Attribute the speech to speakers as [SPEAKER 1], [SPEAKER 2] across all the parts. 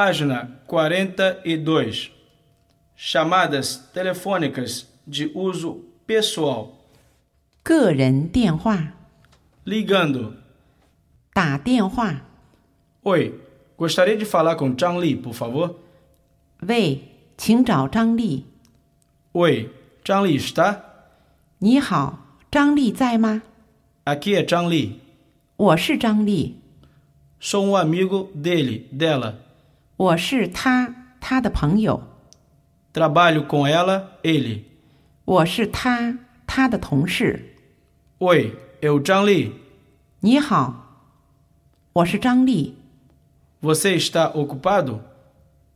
[SPEAKER 1] Página 42. Chamadas telefônicas de uso pessoal.
[SPEAKER 2] 个人电话、
[SPEAKER 1] Ligando.
[SPEAKER 2] 打电话。
[SPEAKER 1] Oi, gostaria de falar com Zhang Li, por favor?
[SPEAKER 2] 喂，请找张丽。
[SPEAKER 1] Oi, Zhang Li está?
[SPEAKER 2] 你好，张丽在吗？
[SPEAKER 1] Aqui é Zhang Li.
[SPEAKER 2] 我是张丽，
[SPEAKER 1] Sou um amigo dele, dela.
[SPEAKER 2] 我是他，他的朋友，
[SPEAKER 1] Trabalho com ela, ele.
[SPEAKER 2] 我是他，他的同事。
[SPEAKER 1] Oi, eu Zhang Li.
[SPEAKER 2] 你好，我是张丽，
[SPEAKER 1] Você está ocupado?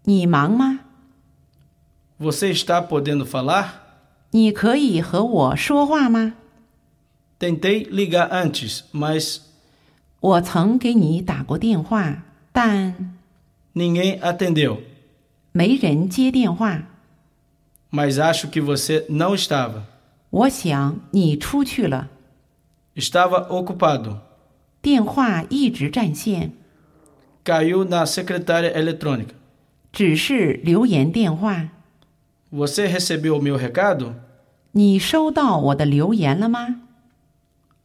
[SPEAKER 2] 你忙吗？
[SPEAKER 1] Você está podendo falar?
[SPEAKER 2] 你可以和我说话吗？
[SPEAKER 1] Tentei ligar antes, mas
[SPEAKER 2] 我曾给你打过电话，但
[SPEAKER 1] ninguém atendeu.
[SPEAKER 2] 没人接电话。
[SPEAKER 1] Mas acho que você não estava.
[SPEAKER 2] 我想你出去了，
[SPEAKER 1] Estava ocupado.
[SPEAKER 2] 电话一直占线，
[SPEAKER 1] Caiu na secretária eletrônica.
[SPEAKER 2] 只是留言电话。
[SPEAKER 1] Você recebeu o meu recado?
[SPEAKER 2] 你收到我的留言了吗？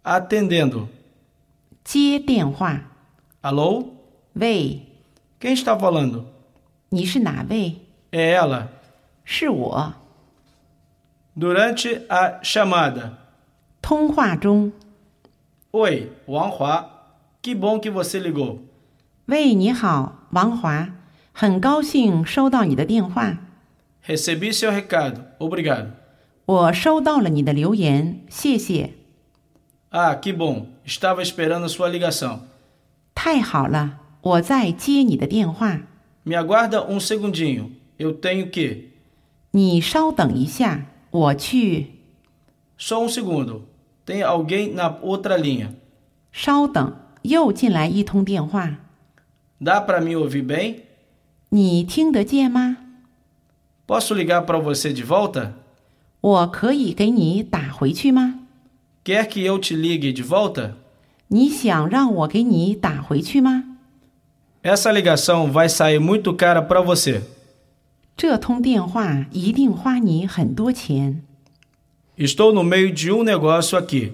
[SPEAKER 1] Atendendo.
[SPEAKER 2] 接电话。
[SPEAKER 1] Alô?
[SPEAKER 2] 喂，
[SPEAKER 1] Quem está falando?
[SPEAKER 2] 你是哪位？
[SPEAKER 1] É ela.
[SPEAKER 2] 是我。
[SPEAKER 1] Durante a chamada.
[SPEAKER 2] 通话中，
[SPEAKER 1] Oi, Wang Hua. Que bom que você ligou.
[SPEAKER 2] 喂，你好，王华，很高兴收到你的电话。
[SPEAKER 1] Recebi seu recado. Obrigado.
[SPEAKER 2] 我收到了你的留言，谢谢。
[SPEAKER 1] Ah, que bom. Estava esperando a sua ligação.
[SPEAKER 2] 太好了，我在接你的电话。
[SPEAKER 1] Me aguarda um segundinho. Eu tenho que.
[SPEAKER 2] 你稍等一下，我去。
[SPEAKER 1] Só um segundo. Tem alguém na outra linha.
[SPEAKER 2] 稍等，又进来一通电话，
[SPEAKER 1] Dá para me ouvir bem?
[SPEAKER 2] 你听得见吗？
[SPEAKER 1] Posso ligar para você de volta?
[SPEAKER 2] 我可以给你打回去吗？
[SPEAKER 1] Quer que eu te ligue de volta?
[SPEAKER 2] 你想让我给你打回去吗？
[SPEAKER 1] Essa ligação vai sair muito cara para você.
[SPEAKER 2] 这通电话一定花你很多钱。
[SPEAKER 1] Estou no meio de um negócio aqui.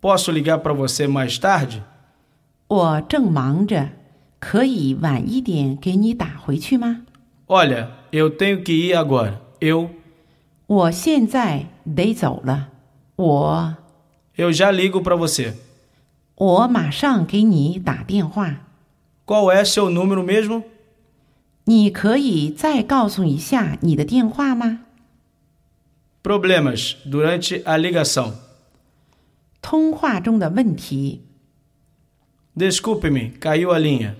[SPEAKER 1] Posso ligar para você mais tarde?
[SPEAKER 2] 我正忙着，可以晚一点给你打回去吗？
[SPEAKER 1] Olha, eu tenho que ir agora. Eu.
[SPEAKER 2] 我现在得走了，我
[SPEAKER 1] Eu já ligo para você.
[SPEAKER 2] 我马上给你打电话。
[SPEAKER 1] Qual é seu número mesmo?
[SPEAKER 2] 你可以再告诉一下你的电话吗？
[SPEAKER 1] Problemas durante a ligação.
[SPEAKER 2] 通话中的问题，
[SPEAKER 1] Desculpe-me, caiu a linha.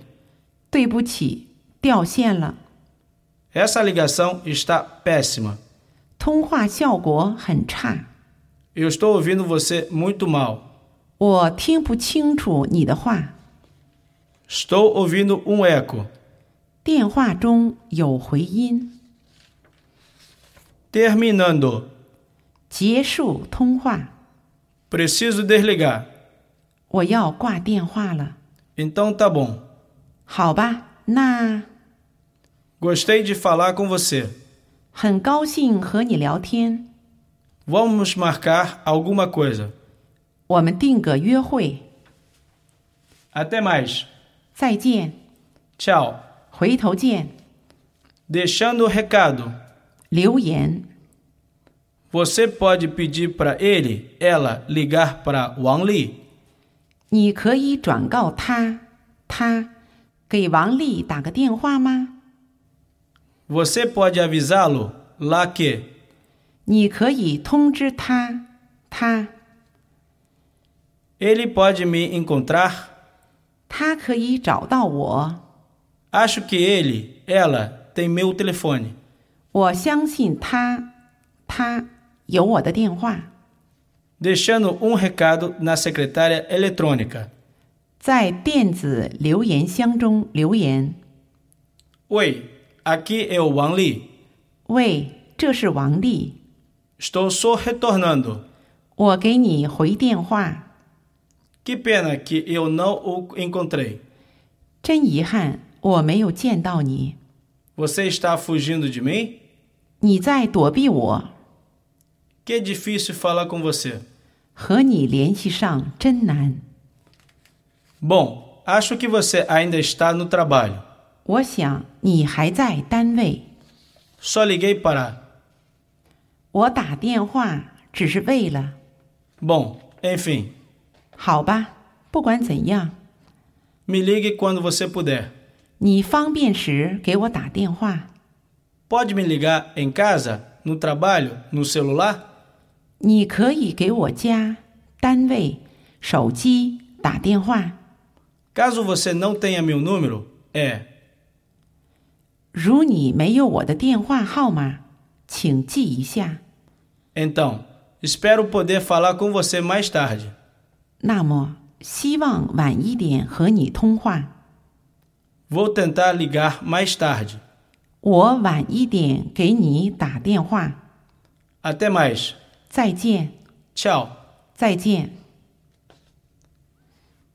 [SPEAKER 2] 对不起，掉线了。
[SPEAKER 1] Essa ligação está péssima.
[SPEAKER 2] 通话效果很差，
[SPEAKER 1] Eu estou ouvindo você muito mal.
[SPEAKER 2] 我听不清楚你的话。
[SPEAKER 1] Estou ouvindo um eco.
[SPEAKER 2] 电话中有回音。
[SPEAKER 1] Terminando.
[SPEAKER 2] 结束通话，
[SPEAKER 1] Preciso desligar.
[SPEAKER 2] 我要挂电话了。
[SPEAKER 1] Então tá bom.
[SPEAKER 2] 好吧，那
[SPEAKER 1] Gostei de falar com você.
[SPEAKER 2] 很高兴和你聊天，
[SPEAKER 1] Vamos marcar alguma coisa.
[SPEAKER 2] 我们定个约会，
[SPEAKER 1] Até mais.
[SPEAKER 2] 再见，
[SPEAKER 1] Tchau.
[SPEAKER 2] 回头见。
[SPEAKER 1] Deixando o recado.
[SPEAKER 2] 留言，
[SPEAKER 1] Você pode pedir para ele, ela, ligar para Wang Li.
[SPEAKER 2] 你可以转告他，他给王丽打个电话吗？
[SPEAKER 1] Você pode avisá-lo lá que.
[SPEAKER 2] 你可以通知他，他
[SPEAKER 1] Ele pode me encontrar.
[SPEAKER 2] 他可以找到我，
[SPEAKER 1] Acho que ele, ela, tem meu telefone.
[SPEAKER 2] 我相信他，他有我的电话。
[SPEAKER 1] Deixando um recado na secretária eletrônica.
[SPEAKER 2] 在电子留言箱中留言。
[SPEAKER 1] Oi, aqui é o Wang Li.
[SPEAKER 2] 喂，这是王丽，
[SPEAKER 1] Estou só retornando.
[SPEAKER 2] 我给你回电话。
[SPEAKER 1] Que pena que eu não o encontrei.
[SPEAKER 2] 真遗憾，我没有见到你。
[SPEAKER 1] Você está fugindo de mim?
[SPEAKER 2] 你在躲避我，
[SPEAKER 1] Que difícil falar com você.
[SPEAKER 2] 和你联系上真难。
[SPEAKER 1] Bom, acho que você ainda está no trabalho.
[SPEAKER 2] 我想你还在单位，
[SPEAKER 1] Só liguei para.
[SPEAKER 2] 我打电话只是为了……
[SPEAKER 1] Bom, enfim,
[SPEAKER 2] 好吧，不管怎样，
[SPEAKER 1] me ligue quando você puder.
[SPEAKER 2] 你方便时给我打电话。
[SPEAKER 1] Pode me ligar em casa, no trabalho, no celular?
[SPEAKER 2] 你可以给我家、单位、手机打电话。
[SPEAKER 1] Caso você não tenha meu número, é.
[SPEAKER 2] 如你没有我的电话号码，请记一下。
[SPEAKER 1] Então, espero poder falar com você mais tarde.
[SPEAKER 2] 那么，希望晚一点和你通话。
[SPEAKER 1] Vou tentar ligar mais tarde.
[SPEAKER 2] 我晚一点给你打电话。
[SPEAKER 1] Até mais.
[SPEAKER 2] 再见，
[SPEAKER 1] Tchau.
[SPEAKER 2] 再见。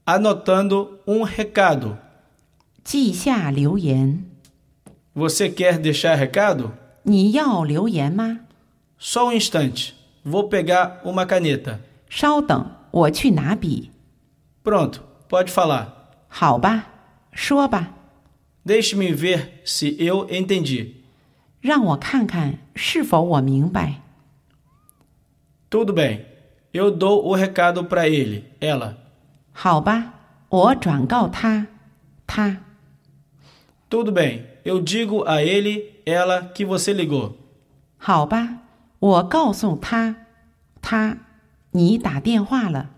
[SPEAKER 1] Anotando um recado.
[SPEAKER 2] 记下留言。
[SPEAKER 1] Você quer deixar recado?
[SPEAKER 2] 你要留言吗？
[SPEAKER 1] Só um instante. Vou pegar uma caneta.
[SPEAKER 2] 稍等，我去拿笔。
[SPEAKER 1] Pronto, pode falar.
[SPEAKER 2] 好吧，说吧，
[SPEAKER 1] Deixe-me ver se eu entendi.
[SPEAKER 2] 让我看看是否我明白。
[SPEAKER 1] Tudo bem. Eu dou o recado para ele, ela.
[SPEAKER 2] 好吧，我转告他，他。
[SPEAKER 1] Tudo bem. Eu digo a ele, ela, que você ligou.
[SPEAKER 2] 好吧，我告诉他，他，你打电话了。